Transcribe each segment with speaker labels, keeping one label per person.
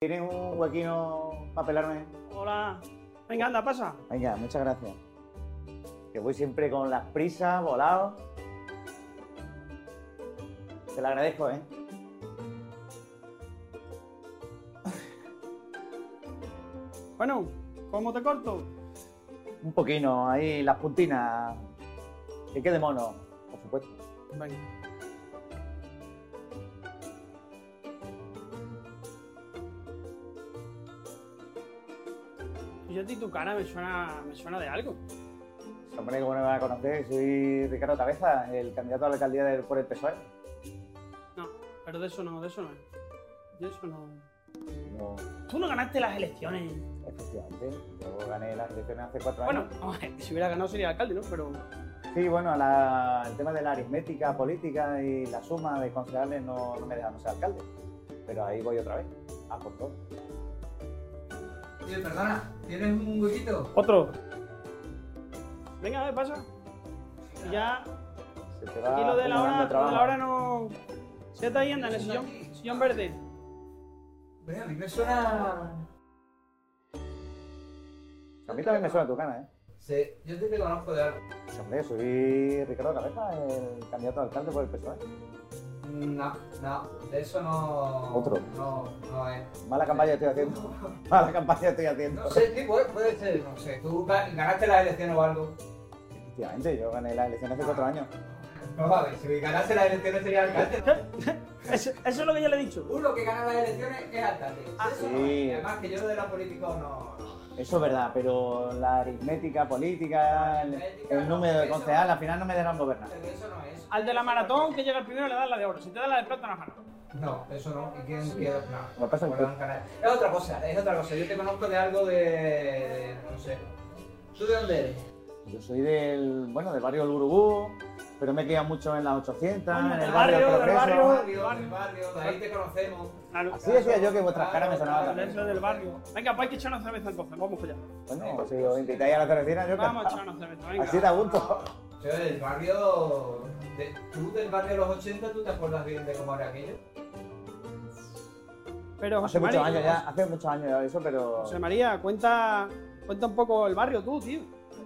Speaker 1: ¿Tienes un huequino para pelarme?
Speaker 2: Hola. Venga, anda, pasa.
Speaker 1: Venga, muchas gracias. Que voy siempre con las prisas, volado. Te lo agradezco, ¿eh?
Speaker 2: Bueno, ¿cómo te corto?
Speaker 1: Un poquino, ahí las puntinas. Que quede mono, por supuesto.
Speaker 2: Venga. Y a ti tu cara me suena, me suena de algo.
Speaker 1: Hombre, como no me van a conocer, soy Ricardo Cabeza, el candidato a la alcaldía del, por el PSOE.
Speaker 2: No, pero de eso no, de eso no. De eso no.
Speaker 1: No,
Speaker 2: Tú no ganaste las elecciones.
Speaker 1: E. efectivamente, yo gané las elecciones hace cuatro
Speaker 2: Bueno,
Speaker 1: años.
Speaker 2: vamos a ver, si hubiera ganado sería alcalde, ¿no? Pero
Speaker 1: Sí, bueno, a la- el tema de la aritmética política y la suma de concejales no, no me dejaron ser alcalde. Pero ahí voy otra vez, a por todo.
Speaker 3: Oye, perdona, ¿tienes un huequito?
Speaker 2: Otro. Venga, a ver, pasa. Y ya,
Speaker 1: Se te va
Speaker 2: aquí lo de la hora,
Speaker 1: acumulando
Speaker 2: lo de la
Speaker 1: trabajo.
Speaker 2: hora no. Siéntate ahí, anda, en el sillón, sillón verde.
Speaker 3: Hombre, a mí me suena...
Speaker 1: A mí también me suena tu gana, ¿eh?
Speaker 3: Sí, yo te, te conozco de algo.
Speaker 1: Pues, Hombre, soy Ricardo Cabeza, el candidato a alcalde por el PSOE.
Speaker 3: No, no, de eso no...
Speaker 1: Otro.
Speaker 3: No, no es.
Speaker 1: Mala campaña estoy haciendo. Mala campaña estoy haciendo.
Speaker 3: No sé, sí, puede, puede ser, no sé. ¿Tú ga- ganaste las elecciones o algo?
Speaker 1: Efectivamente, yo gané las elecciones hace cuatro años.
Speaker 3: No, a ver, si ganaste las elecciones sería alcalde.
Speaker 2: Eso, eso es lo que yo le he dicho.
Speaker 3: Uno que gana las elecciones es alcalde.
Speaker 2: Ah,
Speaker 3: Eso no
Speaker 1: sí.
Speaker 3: es. Además que yo lo de la política no...
Speaker 1: Eso es verdad, pero la aritmética política, el, el número de concejales, al final no me dejan gobernar.
Speaker 3: Pero eso no es.
Speaker 2: Al de la maratón que llega el primero le das la de oro. Si te da la de plata, no has ganado.
Speaker 3: No, eso no. ¿Y quién quiere? No.
Speaker 1: Me pasa el
Speaker 3: Bueno, en Canarias. Es otra cosa, es otra cosa. Yo te conozco de algo de. de- no sé. ¿Tú de dónde eres?
Speaker 1: Pues Yo soy del, bueno, del barrio del Urubú, pero me he criado mucho en las 800,
Speaker 2: Coño,
Speaker 1: en
Speaker 2: del
Speaker 1: el barrio,
Speaker 2: barrio,
Speaker 1: del
Speaker 2: del
Speaker 1: Progreso.
Speaker 2: barrio.
Speaker 3: del barrio, de ahí te conocemos.
Speaker 2: Claro.
Speaker 1: Así decía yo que vuestras caras me sonaban
Speaker 2: Al
Speaker 1: también.
Speaker 2: dentro del barrio. Venga, pues hay que echar una cerveza entonces. Vamos allá.
Speaker 1: Bueno, si os invitáis a la cervecina, yo
Speaker 2: Vamos a
Speaker 1: que
Speaker 2: echar una cerveza.
Speaker 1: Así
Speaker 2: Venga.
Speaker 1: da gusto.
Speaker 3: Yo del barrio. de- tú del barrio de los 80, ¿tú te acuerdas bien de cómo era aquello?
Speaker 2: Pero José
Speaker 1: Hace muchos
Speaker 2: María,
Speaker 1: años ya, hace muchos años ya eso, pero...
Speaker 2: José María, cuenta, cuenta un poco el barrio tú, tío.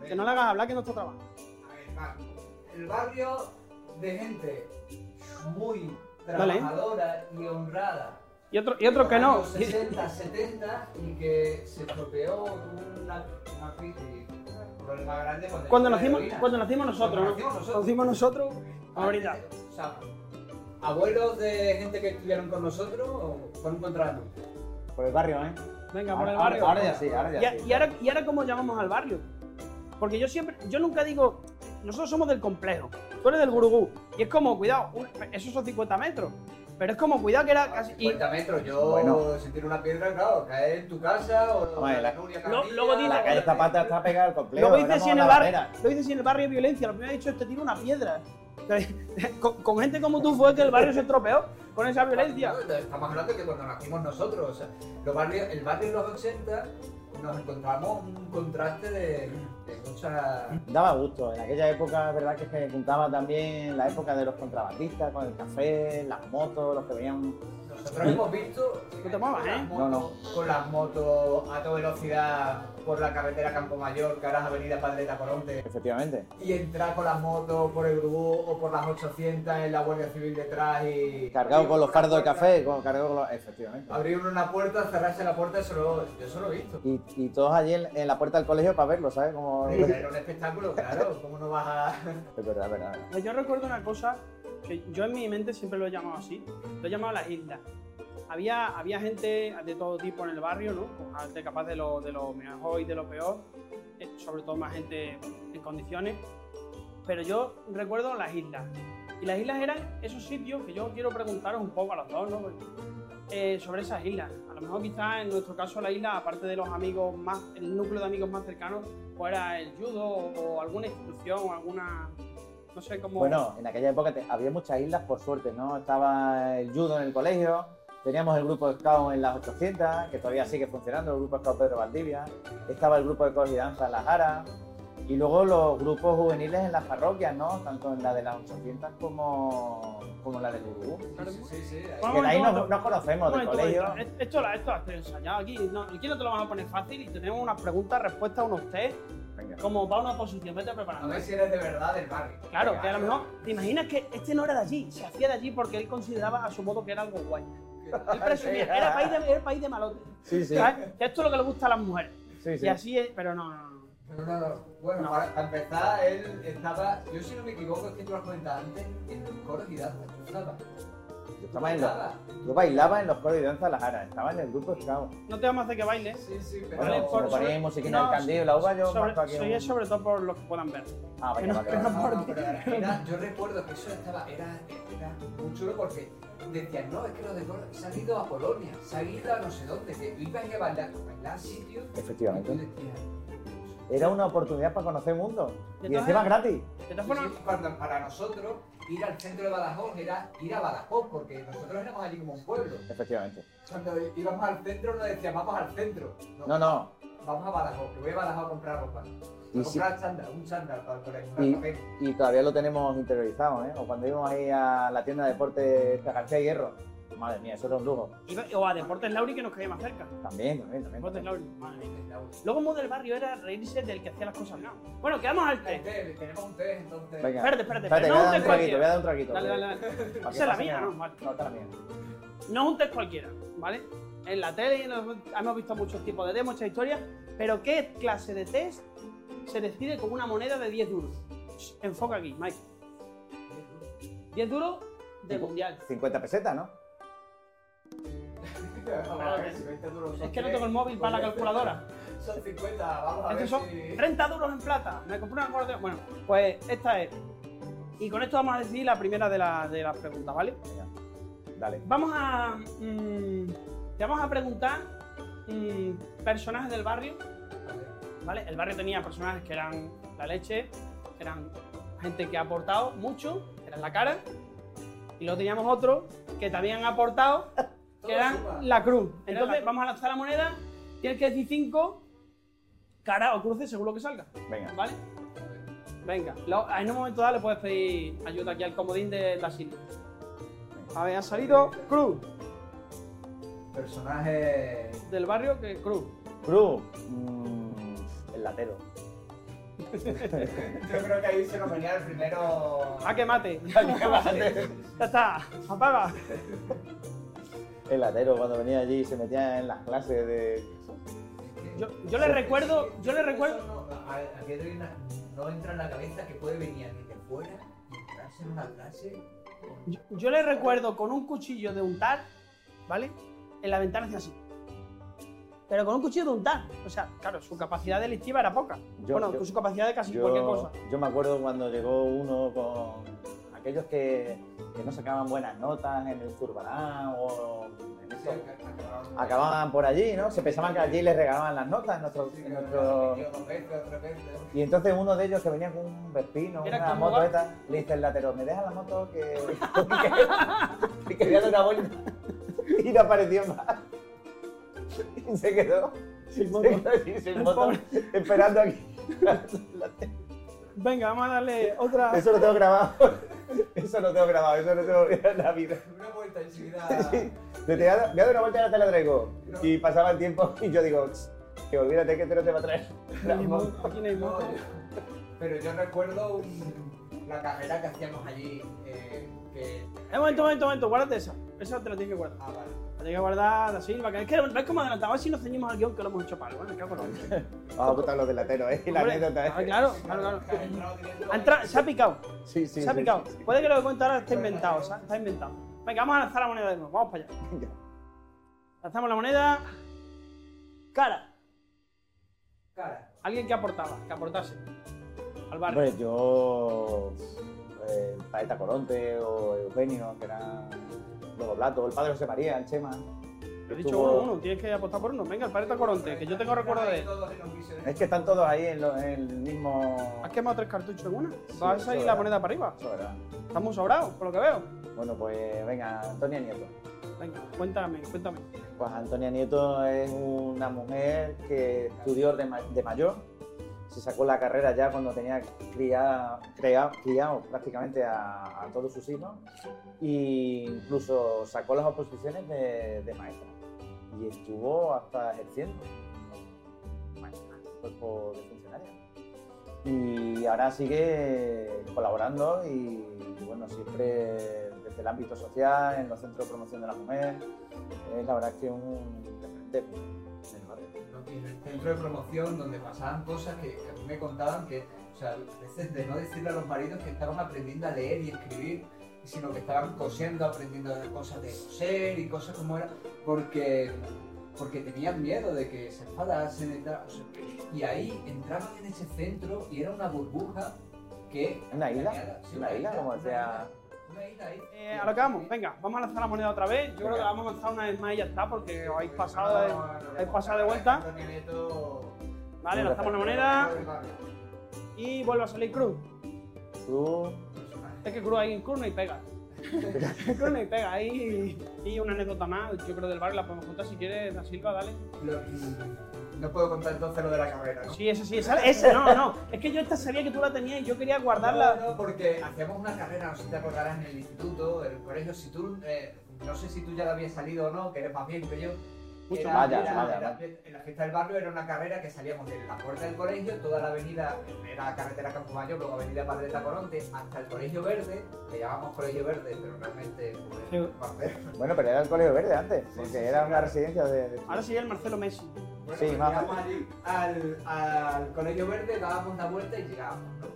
Speaker 2: Que no le hagas hablar que no está trabajando.
Speaker 3: A ver, va. El barrio de gente muy
Speaker 2: Dale.
Speaker 3: trabajadora y honrada.
Speaker 2: Y otro, y otro que no.
Speaker 3: Años 60, 70 y que se estropeó tuvo una, una eh, crisis, un problema grande cuando,
Speaker 2: Cuando
Speaker 3: la
Speaker 2: nacimos,
Speaker 3: heroína.
Speaker 2: cuando nacimos nosotros, ¿no?
Speaker 3: nacimos
Speaker 2: Cuando nacimos nosotros, ahorita.
Speaker 3: Ah, O sea, abuelos de gente que estuvieron con nosotros o fueron contra la luz.
Speaker 1: Por el barrio, ¿eh?
Speaker 2: Venga, por el
Speaker 1: Ahora-
Speaker 2: barrio.
Speaker 1: Ahora ya sí, ahora ya
Speaker 2: Y, a-
Speaker 1: sí.
Speaker 2: y ahora, ¿Y ahora cómo llamamos al barrio? Porque yo siempre, yo nunca digo, nosotros somos del complejo, tú eres del Gurugú. Y es como, cuidado, un- esos son 50 metros. Pero es como, cuidado que
Speaker 3: Ah,
Speaker 2: era casi... Y
Speaker 3: 50 metros, yo
Speaker 1: Bueno.
Speaker 3: sentir una piedra, claro, caer en tu casa o
Speaker 1: Hombre,
Speaker 3: en
Speaker 1: la-
Speaker 3: Nuria
Speaker 2: Lo-
Speaker 3: Castilla,
Speaker 2: luego dice-
Speaker 1: La calle Zapata está pegada al complejo.
Speaker 2: luego dices
Speaker 1: éramos
Speaker 2: si en
Speaker 1: la
Speaker 2: el barrio,
Speaker 1: barrera.
Speaker 2: luego dices si en el barrio hay violencia, lo primero que he dicho es te tiro una piedra. con, con gente como tú fue que el barrio se estropeó con esa violencia.
Speaker 3: No, Estamos hablando que cuando nacimos nosotros, o sea, los barrios, el barrio en los 80 nos encontramos un contraste de, de muchas.
Speaker 1: Daba gusto. En aquella época, es verdad que se juntaba también la época de los contrabandistas con el café, las motos, los que venían.
Speaker 3: Nosotros hemos visto
Speaker 2: No te muevas, ¿eh?
Speaker 1: No,
Speaker 3: con, las
Speaker 1: no.
Speaker 3: motos, con las motos a toda velocidad por la carretera Campo Mayor, que ahora es Avenida Padreta Coronte,
Speaker 1: Efectivamente.
Speaker 3: y entrar con las motos por el Grubú o por las 800 en la Guardia Civil detrás y.
Speaker 1: Cargado
Speaker 3: abrir
Speaker 1: con los
Speaker 3: una
Speaker 1: fardos de
Speaker 3: puerta-
Speaker 1: café, con, cargado con los. Efectivamente.
Speaker 3: Abrir una puerta, cerrarse la puerta, eso lo- yo eso lo he visto.
Speaker 1: Y, y todos allí en, en la puerta del colegio para verlo, ¿sabes? Como...
Speaker 3: Era un espectáculo, claro, ¿cómo no vas a.?
Speaker 1: Es verdad, es verdad.
Speaker 2: Pues yo recuerdo una cosa que yo en mi mente siempre lo he llamado así, lo he llamado las islas. Había, había gente de todo tipo en el barrio, ¿no? Con Gente capaz de lo, de lo mejor y de lo peor, eh, sobre todo más gente en condiciones. Pero yo recuerdo las islas. Y las islas eran esos sitios que yo quiero preguntaros un poco a los dos, ¿no? Pues, Eh, sobre esas islas. A lo mejor quizás en nuestro caso la isla, aparte de los amigos más, el núcleo de amigos más cercanos, fuera el judo o alguna institución o alguna, no sé cómo.
Speaker 1: Bueno, en aquella época te- había muchas islas, por suerte, ¿no? Estaba el judo en el colegio, teníamos el grupo scout en las 800, que todavía sigue funcionando, el grupo scout Pedro Valdivia, estaba el grupo de cos y danza en la Jara, y luego los grupos juveniles en las parroquias, ¿no? Tanto en la de las 800 como, como en la del Gurugú.
Speaker 3: Sí, sí, sí, sí, ahí-
Speaker 2: Vamos,
Speaker 1: Que de ahí nos,
Speaker 2: momento.
Speaker 1: nos conocemos,
Speaker 2: Un
Speaker 1: del
Speaker 2: momento,
Speaker 1: colegio.
Speaker 2: momento. Esto, esto, la- esto, esto ensayado aquí. No, aquí no te lo van a poner fácil y tenemos unas preguntas, respuestas, unos test,
Speaker 1: Venga.
Speaker 2: como va una posición. Vete
Speaker 3: A
Speaker 2: preparando.
Speaker 3: ver si eres de verdad del barrio.
Speaker 2: Claro, que a lo mejor te imaginas que este no era de allí, se hacía de allí porque él consideraba a su modo que era algo guay. Él presumía,
Speaker 1: Sí.
Speaker 2: era país de, era país de malote.
Speaker 1: Sí, sí.
Speaker 2: ¿sabes? Que Esto es lo que le gusta a las mujeres.
Speaker 1: sí, sí.
Speaker 2: Y así es, pero no, no, no.
Speaker 3: No, no, no. Bueno,
Speaker 2: No.
Speaker 3: para para empezar, él estaba. Yo, si no me equivoco, es que tú lo has comentado antes, en los coros y danzas. Yo estaba.
Speaker 1: Yo, estaba en los- yo bailaba en los coros y danza de la Jara, estaba en el grupo scout.
Speaker 2: No te vamos a hacer que bailes.
Speaker 3: Sí, sí, pero.
Speaker 2: Vale,
Speaker 1: Bueno,
Speaker 2: por-
Speaker 1: como
Speaker 2: sobre-
Speaker 1: ponéis musiquita
Speaker 2: no,
Speaker 1: del candil, la uva, yo
Speaker 2: Sobre,
Speaker 1: marco aquí
Speaker 2: soy
Speaker 1: un-
Speaker 2: es sobre todo por los que puedan ver.
Speaker 1: Ah,
Speaker 2: que
Speaker 1: vale,
Speaker 2: no-
Speaker 1: vale,
Speaker 2: que
Speaker 1: vale.
Speaker 2: no-
Speaker 3: No, no, pero era- era- yo recuerdo que eso estaba, era, era muy chulo porque decían, no, es que los de Córdoba se han ido a Polonia, se han ido a no sé dónde, que iban a bailar, bailar a sitios y tú
Speaker 1: Efectivamente.
Speaker 3: decías,
Speaker 1: Era una oportunidad para conocer el mundo.
Speaker 2: De
Speaker 1: Y
Speaker 2: todas
Speaker 1: encima
Speaker 2: maneras-
Speaker 1: gratis.
Speaker 2: De todas
Speaker 3: Sí,
Speaker 2: formas,
Speaker 3: sí, cuando- para nosotros ir al centro de Badajoz era ir a Badajoz, porque nosotros éramos allí como un pueblo.
Speaker 1: Efectivamente.
Speaker 3: Cuando íbamos al centro nos decían, vamos al centro, no,
Speaker 1: No, no.
Speaker 3: vamos a Badajoz, que voy a Badajoz a comprar ropa, a
Speaker 1: Y, si-
Speaker 3: comprar chándal, un chándal para por ahí,
Speaker 1: Y-
Speaker 3: una café.
Speaker 1: y todavía lo tenemos interiorizado, ¿eh? O cuando íbamos ahí a la tienda de deportes de García Hierro. Madre mía, eso era un lujo.
Speaker 2: iba- o a Deportes Lauri que nos caía más cerca.
Speaker 1: También, también, también.
Speaker 2: Deportes
Speaker 1: también.
Speaker 2: Lauri, madre mía. Luego Mo del barrio era reírse del que hacía las cosas mal. Bueno, quedamos al
Speaker 3: Hay
Speaker 2: test.
Speaker 3: té, Tenemos un test, entonces...
Speaker 1: Venga.
Speaker 2: Espérate, espérate,
Speaker 1: Espérate,
Speaker 2: espérate.
Speaker 1: voy
Speaker 2: No
Speaker 1: a
Speaker 2: es un
Speaker 1: dar un
Speaker 2: test
Speaker 1: traguito, voy a
Speaker 2: cualquiera.
Speaker 1: dar un traguito.
Speaker 2: Dale, dale, dale.
Speaker 1: Para que
Speaker 2: Esa es la
Speaker 1: pase
Speaker 2: mía,
Speaker 1: que-
Speaker 2: ¿no? Vale.
Speaker 1: No, esta es la mía.
Speaker 2: No es un test cualquiera, ¿vale? En la tele nos- hemos visto muchos tipos de test, muchas historias, pero ¿qué clase de test se decide con una moneda de 10 duros? Shh, Enfoca aquí, Mike. 10 duros del
Speaker 1: Tipo-
Speaker 2: mundial.
Speaker 3: pues,
Speaker 1: 50 pesetas, ¿no?
Speaker 3: Vamos a ver si 20 duros son
Speaker 2: Es que no
Speaker 3: tres.
Speaker 2: tengo el móvil para la
Speaker 3: Pues,
Speaker 2: calculadora.
Speaker 3: Son 50, vamos a ver
Speaker 2: Estos son
Speaker 3: si...
Speaker 2: 30 duros en plata. Me compré una gorda. Bueno, pues esta es. Y con esto vamos a decidir la primera de, la- de las preguntas, ¿vale?
Speaker 1: Venga. Dale.
Speaker 2: Vamos a. mm, te vamos a preguntar mm, personajes del barrio, ¿vale? El barrio tenía personajes que eran la leche, que eran gente que ha aportado mucho, que eran la cara. Y luego teníamos otros que también han aportado, que
Speaker 3: Todo suma.
Speaker 2: eran la cruz.
Speaker 3: Era la
Speaker 2: Entonces,
Speaker 3: cruz.
Speaker 2: vamos a lanzar la moneda. Tienes que decir 5 cara o cruces según lo que salga.
Speaker 1: Venga.
Speaker 2: ¿Vale? Venga. Lo- en un momento dado le puedes pedir ayuda aquí al comodín de la Silvia. A ver, ha salido Cruz
Speaker 3: Personaje...
Speaker 2: del barrio que Cruz.
Speaker 1: Cruz. mm, el latero.
Speaker 3: Yo creo que ahí se nos venía el primero...
Speaker 2: A Ah, que mate.
Speaker 3: Ah, Vale.
Speaker 2: Ya está. Apaga.
Speaker 1: El latero, cuando venía allí y se metía en las clases de.
Speaker 2: Yo, yo le recuerdo, yo le recuerdo.
Speaker 3: Eso no- A a Pedro Ina- no entra en la cabeza que puede venir alguien de fuera y entrarse en una clase...
Speaker 2: Yo, yo le recuerdo con un cuchillo de untar, ¿vale? En la ventana hacia así. Pero con un cuchillo de untar. O sea, claro, su capacidad delictiva era poca.
Speaker 1: Yo-
Speaker 2: bueno,
Speaker 1: yo-
Speaker 2: con su capacidad de casi cualquier cosa.
Speaker 1: yo me acuerdo cuando llegó uno con aquellos que, que no sacaban buenas notas en el Zurbarán o en esto. Acababan por allí, ¿no? Se pensaban que allí les regalaban las notas en nuestro, en nuestro- Y entonces uno de ellos que venía con un vespino,
Speaker 2: Era
Speaker 1: una
Speaker 2: como
Speaker 1: moto
Speaker 2: va-
Speaker 1: esta, le dice el latero, me deja la moto que... que- que quería dar una vuelta. Y no apareció más. Y se quedó.
Speaker 2: Sin
Speaker 1: se quedó allí sin
Speaker 2: El
Speaker 1: moto,
Speaker 2: pobre.
Speaker 1: esperando aquí.
Speaker 2: Venga, vamos a darle otra.
Speaker 1: Eso lo tengo grabado. Eso lo tengo grabado, eso lo tengo en la vida.
Speaker 3: Una vuelta enseguida...
Speaker 1: Sí. Te te voy a dar voy a dar una vuelta y ahora te la traigo. Y pasaba el tiempo y yo digo, "Ch, que olvídate que te lo te va a traer. la
Speaker 2: Aquí no hay
Speaker 1: moto".
Speaker 2: moto, aquí no hay Eh,
Speaker 3: No,
Speaker 2: moto.
Speaker 3: yo- pero yo recuerdo un- la carrera que hacíamos allí. eh, que,
Speaker 2: Eh, momento, momento, momento, guárdate esa. Esa te la tienes que guardar.
Speaker 3: ah, vale.
Speaker 2: La tienes que guardar, la Silva. Que es que ves cómo adelantaba. A ver si nos ceñimos al guión que lo hemos hecho palo. ¿eh? Bueno, ¿qué hago con la vida?
Speaker 1: Vamos a contar Ah, los delateros, ¿eh? Y la
Speaker 2: Hombre,
Speaker 1: anécdota,
Speaker 2: ah,
Speaker 1: ¿eh?
Speaker 2: Claro, claro, claro.
Speaker 3: Que ha entrado directo
Speaker 2: Ha entrado- se ha picado,
Speaker 1: Sí, sí.
Speaker 2: se ha
Speaker 1: sí,
Speaker 2: picado.
Speaker 1: sí, sí.
Speaker 2: Puede que lo que cuento ahora esté inventado, se ha- está inventado. Venga, vamos a lanzar la moneda de nuevo. Vamos para allá.
Speaker 1: Venga.
Speaker 2: Lanzamos la moneda. Cara.
Speaker 3: Cara.
Speaker 2: Alguien que aportaba, que aportase al barrio.
Speaker 1: Hombre, yo. eh, pa- Paeta Coronte o Eugenio, que era Luego Blato, el padre José María, el Chema.
Speaker 2: He dicho
Speaker 1: Estuvo-
Speaker 2: uno, uno, tienes que apostar por uno. Venga, el Pareta Coronte, que yo tengo recuerdo de él.
Speaker 1: Es que están todos ahí en, lo- en el mismo.
Speaker 2: ¿Has quemado tres cartuchos en una?
Speaker 1: Sí,
Speaker 2: Vas
Speaker 1: eso
Speaker 2: a ir la
Speaker 1: era.
Speaker 2: moneda para arriba.
Speaker 1: Eso, ¿verdad?
Speaker 2: Estás muy sobrado, por lo que veo.
Speaker 1: Bueno, pues venga, Antonia Nieto.
Speaker 2: Venga, cuéntame, cuéntame.
Speaker 1: Pues Antonia Nieto es una mujer que estudió de, ma- de mayor, se sacó la carrera ya cuando tenía criada, crea- criado prácticamente a, a todos sus hijos e incluso sacó las oposiciones de, de maestra y estuvo hasta ejerciendo como maestra, cuerpo de funcionaria. Y ahora sigue colaborando y bueno, siempre desde el ámbito social, en los centros de promoción de la mujer, es la verdad que un referente en el barrio.
Speaker 3: el centro de promoción donde pasaban cosas que, que a mí me contaban que, o sea, a veces de no decirle a los maridos que estaban aprendiendo a leer y escribir, sino que estaban cosiendo, aprendiendo cosas de coser y cosas como era, porque, porque tenían miedo de que se enfadasen y tal. o sea, y ahí entraban en ese centro y era una burbuja que...
Speaker 1: ¿Una isla?
Speaker 3: Sí,
Speaker 1: ¿Una isla, como
Speaker 3: una
Speaker 1: decía?
Speaker 3: isla, Una isla ahí.
Speaker 2: Eh, a lo que vamos, venga, vamos a lanzar la moneda otra vez. Yo creo que la vamos a lanzar una vez más y ya está, porque os habéis pasado de. habéis pasado de vuelta.
Speaker 3: Antonio Nieto-
Speaker 2: Vale, lanzamos la moneda y vuelve a salir Cruz.
Speaker 1: Tú,
Speaker 2: Es que Cruz ahí, Cruz no y pega. Cruz no y pega ahí. Y una anécdota más, yo creo del barrio la podemos contar si quieres, Da Silva, dale.
Speaker 3: Lo- No puedo contar entonces lo de la carrera, ¿no?
Speaker 2: Sí, esa sí, esa, esa, no, no. Es que yo esta sabía que tú la tenías y yo quería guardarla.
Speaker 3: No, no, porque hacíamos una carrera, no sé si te acordarás, en el instituto, en el colegio, si tú, eh, no sé si tú ya la habías salido o no, que eres más bien que yo.
Speaker 2: Mucho
Speaker 3: Era-
Speaker 1: más. Vaya,
Speaker 3: era-
Speaker 1: vaya,
Speaker 3: era-
Speaker 1: vaya.
Speaker 3: En la fiesta del barrio era una carrera que salíamos de la puerta del colegio, toda la avenida, era carretera Campo Mayor, luego avenida Padre de Tacoronte, hasta el colegio verde, le llamamos colegio verde, pero realmente
Speaker 2: Sí.
Speaker 3: pues, verde.
Speaker 1: bueno, pero era el Colegio Verde antes,
Speaker 3: Sí, sí,
Speaker 1: porque
Speaker 3: sí,
Speaker 1: era una
Speaker 3: claro. Ah,
Speaker 1: residencia de... de-
Speaker 2: Ahora sería el Marcelo Messi.
Speaker 3: Bueno,
Speaker 1: Sí,
Speaker 3: pues
Speaker 1: más-
Speaker 3: llegamos allí al, al colegio verde, dábamos la vuelta y llegábamos, ¿no?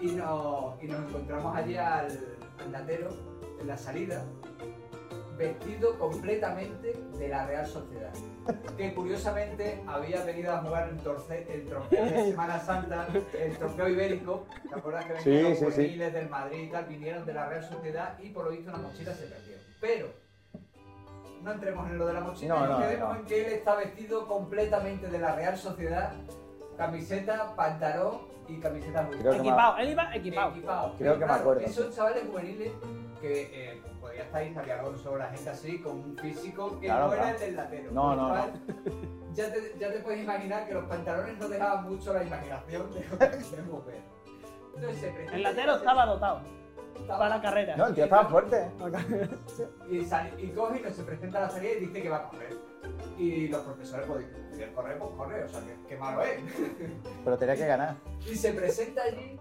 Speaker 3: Y, no- y nos encontramos allí al, al latero en la salida, vestido completamente de la Real Sociedad. Que curiosamente había venido a jugar el, torce- el trofeo de Semana Santa, el trofeo ibérico. ¿Te acuerdas que
Speaker 1: Sí,
Speaker 3: venían
Speaker 1: sí,
Speaker 3: los
Speaker 1: sí.
Speaker 3: juveniles del Madrid y tal? Vinieron de la Real Sociedad y por lo visto una mochila se perdió. Pero no entremos en lo de la mochila,
Speaker 1: No,
Speaker 3: nos
Speaker 1: no,
Speaker 3: quedemos
Speaker 1: no.
Speaker 3: en que él está vestido completamente de la Real Sociedad, camiseta, pantalón y camiseta muy
Speaker 1: Creo que me-
Speaker 2: Equipado, él iba equipado.
Speaker 1: Creo que me acuerdo.
Speaker 3: Esos chavales juveniles que eh, podría estar ahí Javier Alonso, la gente así, con un físico que
Speaker 1: Claro,
Speaker 3: no era
Speaker 1: claro.
Speaker 3: el del latero.
Speaker 1: No,
Speaker 3: Con lo
Speaker 1: no,
Speaker 3: cual, Ya te, ya te puedes imaginar que los pantalones no dejaban mucho la imaginación de lo que queremos ver. Entonces, se presenta-
Speaker 2: El latero estaba dotado
Speaker 3: estaba-
Speaker 2: para la carrera.
Speaker 1: No, el tío estaba fuerte.
Speaker 3: y, sale- y coge y no se presenta a la salida y dice que va a correr. Y los profesores pues dicen, "Si él corre, pues corre, o sea, que, que malo es.
Speaker 1: Pero tenía que ganar.
Speaker 3: Y se presenta allí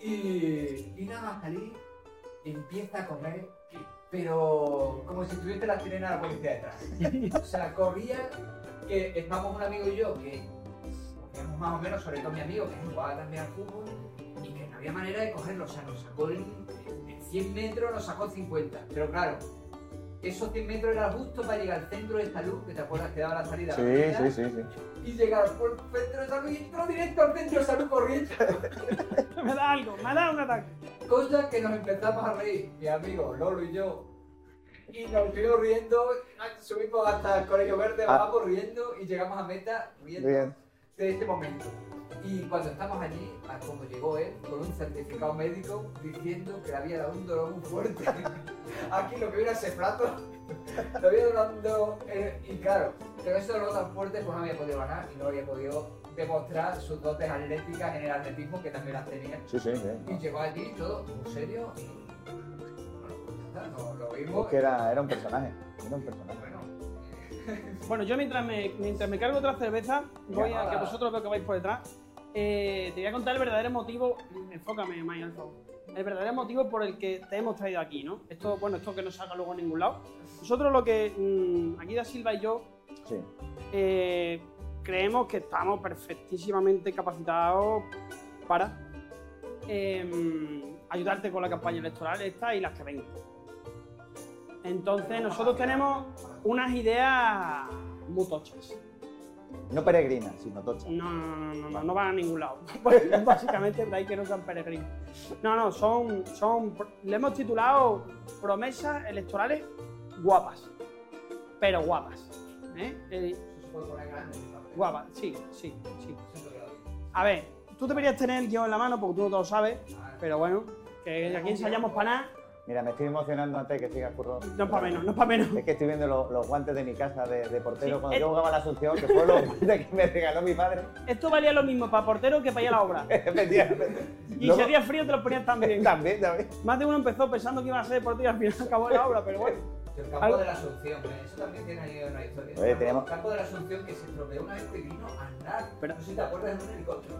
Speaker 3: y, y nada más salir, empieza a correr, pero como si tuviese la sirena de la policía detrás. O sea, corría, que estábamos un amigo y yo, que corríamos más o menos, sobre todo mi amigo, que jugaba también al fútbol, y que no había manera de cogerlo. O sea, nos sacó en, en 100 metros, nos sacó 50. Pero claro, esos 100 metros era justo para llegar al centro de salud, que te acuerdas que daba la salida. a la
Speaker 1: Sí, sí,
Speaker 3: avenida,
Speaker 1: sí, sí.
Speaker 3: y llegaron por Centro de Salud y entró directo al Centro de Salud corriendo.
Speaker 2: me da algo, me da un ataque.
Speaker 3: Cosa que nos empezamos a reír, mi amigo Lolo y yo. Y nos fuimos riendo, subimos hasta el Colegio Verde,
Speaker 1: Ah.
Speaker 3: bajamos riendo y llegamos a meta riendo
Speaker 1: Bien.
Speaker 3: de este momento. Y cuando estamos allí, a como llegó él, con un certificado médico diciendo que le había dado un dolor muy fuerte. Aquí lo que hubiera ese plato, lo había dado eh, y claro, pero ese dolor tan fuerte pues no había podido ganar y no había podido demostrar sus dotes atléticas en el atletismo que también las tenía.
Speaker 1: Sí, sí, sí.
Speaker 3: Y llegó allí todo muy serio y bueno, no, lo
Speaker 1: Es
Speaker 3: vimos.
Speaker 1: que era, era un personaje. Era un personaje.
Speaker 3: Bueno,
Speaker 2: Bueno, yo mientras me, mientras me cargo otra cerveza, voy a que vosotros veo que vais por detrás. eh, te voy a contar el verdadero motivo. Enfócame, Maya, por favor. El verdadero motivo por el que te hemos traído aquí, ¿no? Esto, bueno, esto que no salga luego en ningún lado. Nosotros lo que. mm, aquí Da Silva y yo
Speaker 1: Sí.
Speaker 2: eh, creemos que estamos perfectísimamente capacitados para eh, ayudarte con la campaña electoral esta y las que vengan. Entonces nosotros tenemos unas ideas muy tochas.
Speaker 1: No peregrina, sino tocha.
Speaker 2: No, no, no, no, no, no van a ningún lado. Porque Básicamente, de ahí que no sean peregrinos. No, no, son, son. Le hemos titulado promesas electorales guapas. Pero guapas. ¿eh? Eh,
Speaker 3: Sus fórmulas grandes. ¿no?
Speaker 2: guapas, sí, sí, sí.
Speaker 3: Eso es lo que-
Speaker 2: A ver, tú deberías tener el guión en la mano porque tú no te lo sabes,
Speaker 3: Ah,
Speaker 2: pero bueno, que aquí ensayamos para nada,
Speaker 1: Mira, me estoy emocionando antes de que sigas curro.
Speaker 2: no es para menos, no es para menos.
Speaker 1: Es que estoy viendo lo- los guantes de mi casa de, de portero
Speaker 2: Sí,
Speaker 1: cuando
Speaker 2: es-
Speaker 1: yo jugaba a la Asunción, que fue los guantes que me regaló mi padre.
Speaker 2: Esto valía lo mismo para portero que para allá la obra.
Speaker 1: Efectivamente.
Speaker 2: Y
Speaker 1: Luego-
Speaker 2: si hacía frío te lo ponías también.
Speaker 1: También, también.
Speaker 2: Más de uno empezó pensando que iba a ser deportivo y al final acabó la obra, pero bueno.
Speaker 3: El
Speaker 2: Algo-
Speaker 3: campo de la Asunción, ¿eh? eso también tiene ahí una historia.
Speaker 1: Oye, tenemos-
Speaker 3: El campo de la Asunción que se estropeó una vez que vino a andar.
Speaker 2: Pero-
Speaker 3: no sé si te acuerdas de un helicóptero.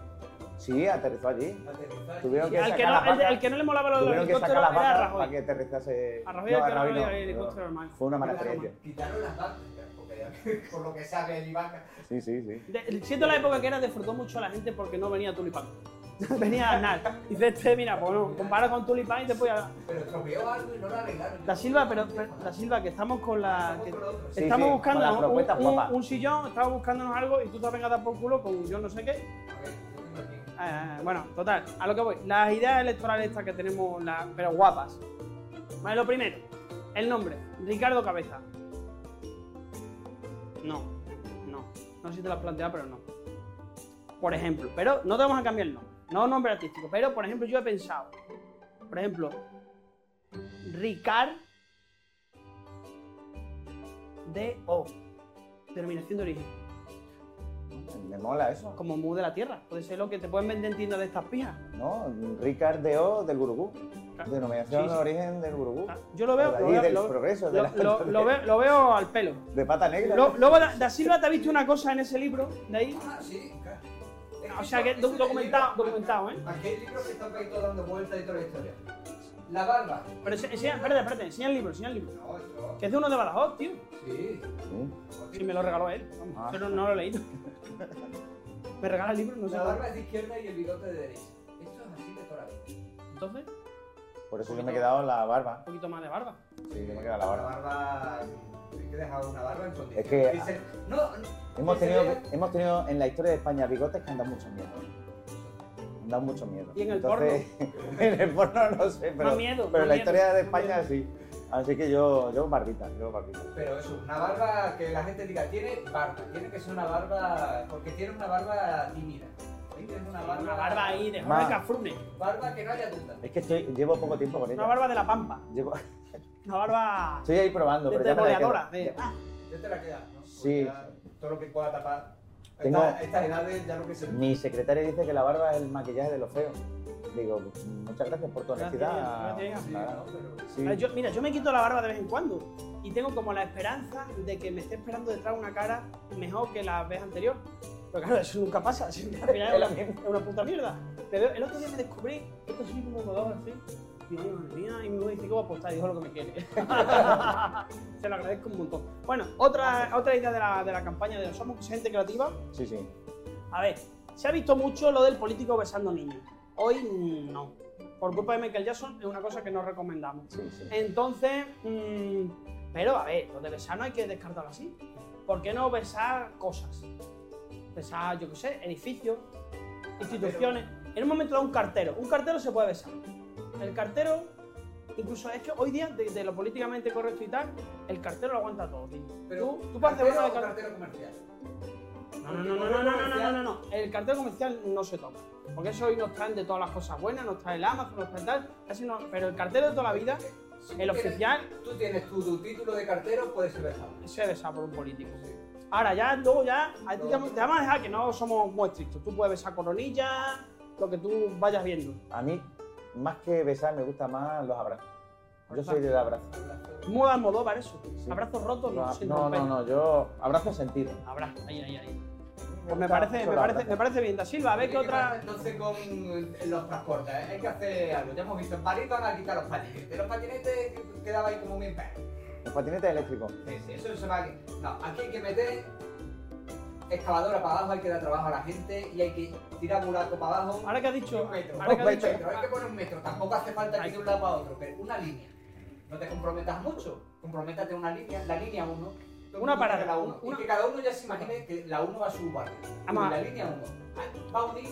Speaker 1: Sí, aterrizó allí.
Speaker 3: aterrizó allí.
Speaker 1: Tuvieron que
Speaker 2: Al que,
Speaker 1: sacar
Speaker 2: no,
Speaker 1: las
Speaker 2: al de-
Speaker 1: vacas.
Speaker 2: al que no le molaba lo del
Speaker 1: Tuvieron que
Speaker 2: helicóptero
Speaker 1: sacar las
Speaker 2: era a
Speaker 1: vacas para que
Speaker 2: Rajoy.
Speaker 1: aterrizase.
Speaker 2: A Rajoy
Speaker 1: No,
Speaker 2: al que no
Speaker 1: Rajoy
Speaker 2: le
Speaker 1: no,
Speaker 2: molaba el helicóptero
Speaker 1: no.
Speaker 2: normal.
Speaker 1: Fue una mala
Speaker 3: Quitaron-
Speaker 1: experiencia.
Speaker 3: Quitaron las vacas, porque- por lo que sabe el Iván.
Speaker 1: Sí, sí, sí.
Speaker 2: De- siento la época que era, disfrutó mucho a la gente porque no venía Tulipán. venía Aznar. Y Dice este, mira, pues no, compara con Tulipán y te voy a...
Speaker 3: Pero estropeó algo y no lo arreglaron.
Speaker 2: Da Silva, pero, pero Da Silva, que estamos con la...
Speaker 3: Estamos
Speaker 2: que-
Speaker 3: con lo otro, sí.
Speaker 1: Sí,
Speaker 2: estamos
Speaker 1: sí,
Speaker 2: buscando
Speaker 1: con las
Speaker 2: un,
Speaker 1: propuestas
Speaker 2: un-
Speaker 1: guapas.
Speaker 2: un sillón, estamos buscándonos algo y tú te vengas a dar por culo con yo no sé qué.
Speaker 3: A ver, yo tengo aquí.
Speaker 2: Eh, bueno, total, a lo que voy. Las ideas electorales estas que tenemos, la- pero guapas. Vale, lo primero, el nombre, Ricardo Cabeza. No, no. No sé si te lo has planteado, pero no. Por ejemplo, pero no te vamos a cambiar el nombre. No nombre artístico, pero por ejemplo, yo he pensado. Por ejemplo, Ricard de O. Denominación de origen
Speaker 1: Me mola eso.
Speaker 2: como mu de la tierra. Puede ser lo que te pueden vender en tiendas de estas pijas.
Speaker 1: ¿No? Ricard de O del Gurugú.
Speaker 2: Claro.
Speaker 1: Denominación
Speaker 2: Ah. Sí, sí.
Speaker 1: de origen del Gurugú.
Speaker 2: Ah, Yo lo veo,
Speaker 1: De
Speaker 2: lo
Speaker 1: ahí,
Speaker 2: veo,
Speaker 1: del
Speaker 2: lo-
Speaker 1: progreso, de
Speaker 2: lo-
Speaker 1: la-
Speaker 2: lo- lo veo, lo veo al pelo.
Speaker 1: De pata negra.
Speaker 2: Lo- Luego, Da, Da Silva te ha visto una cosa en ese libro, de ahí.
Speaker 3: Ah, sí, claro.
Speaker 2: O sea, que do- documentado, documentado, ¿eh?
Speaker 3: Aquel libro que está por ahí todo dando vueltas y toda la historia. La barba.
Speaker 2: Pero ense- enseña, espérate, espérate, enseña el libro, enseña el libro.
Speaker 3: No, yo.
Speaker 2: Que es de uno de Badajoz, tío.
Speaker 3: Sí.
Speaker 1: Sí.
Speaker 2: Si me lo regaló él, vamos,
Speaker 1: Ah.
Speaker 2: yo no, no lo he leído. me regala el libro, no sé.
Speaker 3: La
Speaker 2: por qué.
Speaker 3: barba es de izquierda y el bigote de derecha. Esto es así de toda la vida.
Speaker 2: Entonces,
Speaker 1: Por eso yo me he quedado en la barba.
Speaker 2: un poquito más de barba.
Speaker 1: Sí, yo me he quedado en la
Speaker 3: La
Speaker 1: barba.
Speaker 2: Ah.
Speaker 3: barba. Hay que dejar una barba en condiciones.
Speaker 1: Es que-
Speaker 3: Dice, no, no,
Speaker 1: Hemos
Speaker 3: que se
Speaker 1: tenido,
Speaker 3: vea.
Speaker 1: hemos tenido en la historia de España bigotes que han dado mucho miedo. Han dado mucho miedo.
Speaker 2: ¿Y en el
Speaker 1: porno? en el porno no sé, pero,
Speaker 2: Más miedo,
Speaker 1: pero en la
Speaker 2: más miedo,
Speaker 1: historia de
Speaker 2: más
Speaker 1: España
Speaker 2: miedo.
Speaker 1: sí. Así que yo, yo barbita, yo barbita.
Speaker 3: Pero eso, una barba que la gente diga, tiene barba, tiene que ser una barba, porque tiene una barba tímida. Ahí tienes una barba,
Speaker 2: Una barba ahí de
Speaker 1: Más.
Speaker 2: Jorge Cafrune.
Speaker 3: Barba que no haya duda.
Speaker 1: Es que estoy, llevo poco tiempo con
Speaker 2: Una
Speaker 1: ella.
Speaker 2: barba de la pampa.
Speaker 1: Llevo-
Speaker 2: Una barba
Speaker 1: estoy ahí probando,
Speaker 2: de
Speaker 1: pero ya me la
Speaker 2: demoledora.
Speaker 1: he
Speaker 2: De...
Speaker 1: quedado.
Speaker 3: Ya te la quedas, ¿no? Porque
Speaker 1: Sí.
Speaker 3: ya Todo lo que pueda tapar.
Speaker 1: Tengo-
Speaker 3: Esta- estas edades ya lo que se.
Speaker 1: Mi secretaria dice que la barba es el maquillaje de los feos. Digo, muchas gracias por tu
Speaker 2: Gracias,
Speaker 1: honestidad.
Speaker 2: gracias.
Speaker 3: Sí,
Speaker 1: Claro.
Speaker 3: ¿no? Pero-
Speaker 1: Sí.
Speaker 2: Ah, yo- mira, yo me quito la barba de vez en cuando y tengo como la esperanza de que me esté esperando detrás una cara mejor que la vez anterior. Pero claro, eso nunca pasa. así que al final es, una, es una puta mierda. Me veo- el otro día me descubrí, esto soy como dos así. Y digo, madre mía, y me dice, ¿cómo apostar? Dijo lo que me quiere. Se lo agradezco un montón. Bueno, otra, otra idea de la, de la campaña de Somos Gente Creativa.
Speaker 1: Sí, sí.
Speaker 2: A ver, se ha visto mucho lo del político besando niños. Hoy mm, no. Por culpa de Michael Jackson es una cosa que no recomendamos.
Speaker 1: sí, sí.
Speaker 2: Entonces, mm, pero a ver, lo de besar no hay que descartarlo así. ¿Por qué no besar cosas? Besar, yo qué sé, edificios, instituciones. En un momento dado, un cartero. Un cartero se puede besar. El cartero, incluso es que hoy día, de, de lo políticamente correcto y tal, el cartero lo aguanta todo. tío.
Speaker 3: Pero,
Speaker 2: tú, tú para hacer una
Speaker 3: cartero
Speaker 2: de
Speaker 3: o
Speaker 2: cartero.
Speaker 3: cartero comercial.
Speaker 2: No, no, no, no, no, no, no, no, no, no. El cartel comercial no se toca. Porque eso hoy nos traen de todas las cosas buenas, nos trae el Amazon, nos trae tal. Casi no, pero el cartero de toda la vida,
Speaker 3: Si tú
Speaker 2: el
Speaker 3: tienes-
Speaker 2: oficial,
Speaker 3: Tú tienes tu, tu título de cartero, puedes ser besado.
Speaker 2: se besa por un político.
Speaker 3: Sí.
Speaker 2: Ahora ya, luego ya, a ti te, vamos- te vamos a dejar que no somos muy estrictos. Tú puedes besar coronillas, lo que tú vayas viendo.
Speaker 1: A mí, más que besar, me gusta más los abrazos. Yo soy de abrazo.
Speaker 2: Muy Almodóvar eso.
Speaker 1: Sí. Ah,
Speaker 2: Abrazos rotos, no, sin
Speaker 1: No,
Speaker 2: romper.
Speaker 1: no, no, yo abrazo sentido.
Speaker 2: Abra- ahí, ahí, ahí. Pues me parece, me parece, me parece bien. Da Silva, a ver qué
Speaker 3: ¿Qué pasa
Speaker 2: otra.
Speaker 3: Entonces con eh, los transportes, ¿eh? hay que hacer algo. Ya hemos visto, en París van a quitar los patinetes. Los patinetes quedaba ahí como bien perros.
Speaker 1: Los patinetes eléctricos.
Speaker 3: Sí, sí, Eso se va a... No, aquí hay que meter excavadora para abajo, hay que dar trabajo a la gente y hay que tirar buraco para abajo.
Speaker 2: Ahora que has dicho.
Speaker 3: un metro.
Speaker 2: Ahora que has
Speaker 1: Un
Speaker 2: dicho.
Speaker 1: metro.
Speaker 3: Pero hay que poner un metro, tampoco hace falta
Speaker 2: Hay-
Speaker 3: que de un lado para otro, pero una línea. No te comprometas mucho, comprométate una línea, la línea 1,
Speaker 2: Una parada,
Speaker 3: La uno.
Speaker 2: una- Ah,
Speaker 3: Y que cada uno ya se imagine que la 1 va a su barrio.
Speaker 2: Vamos
Speaker 3: Y
Speaker 2: a-
Speaker 3: la línea 1 va a unir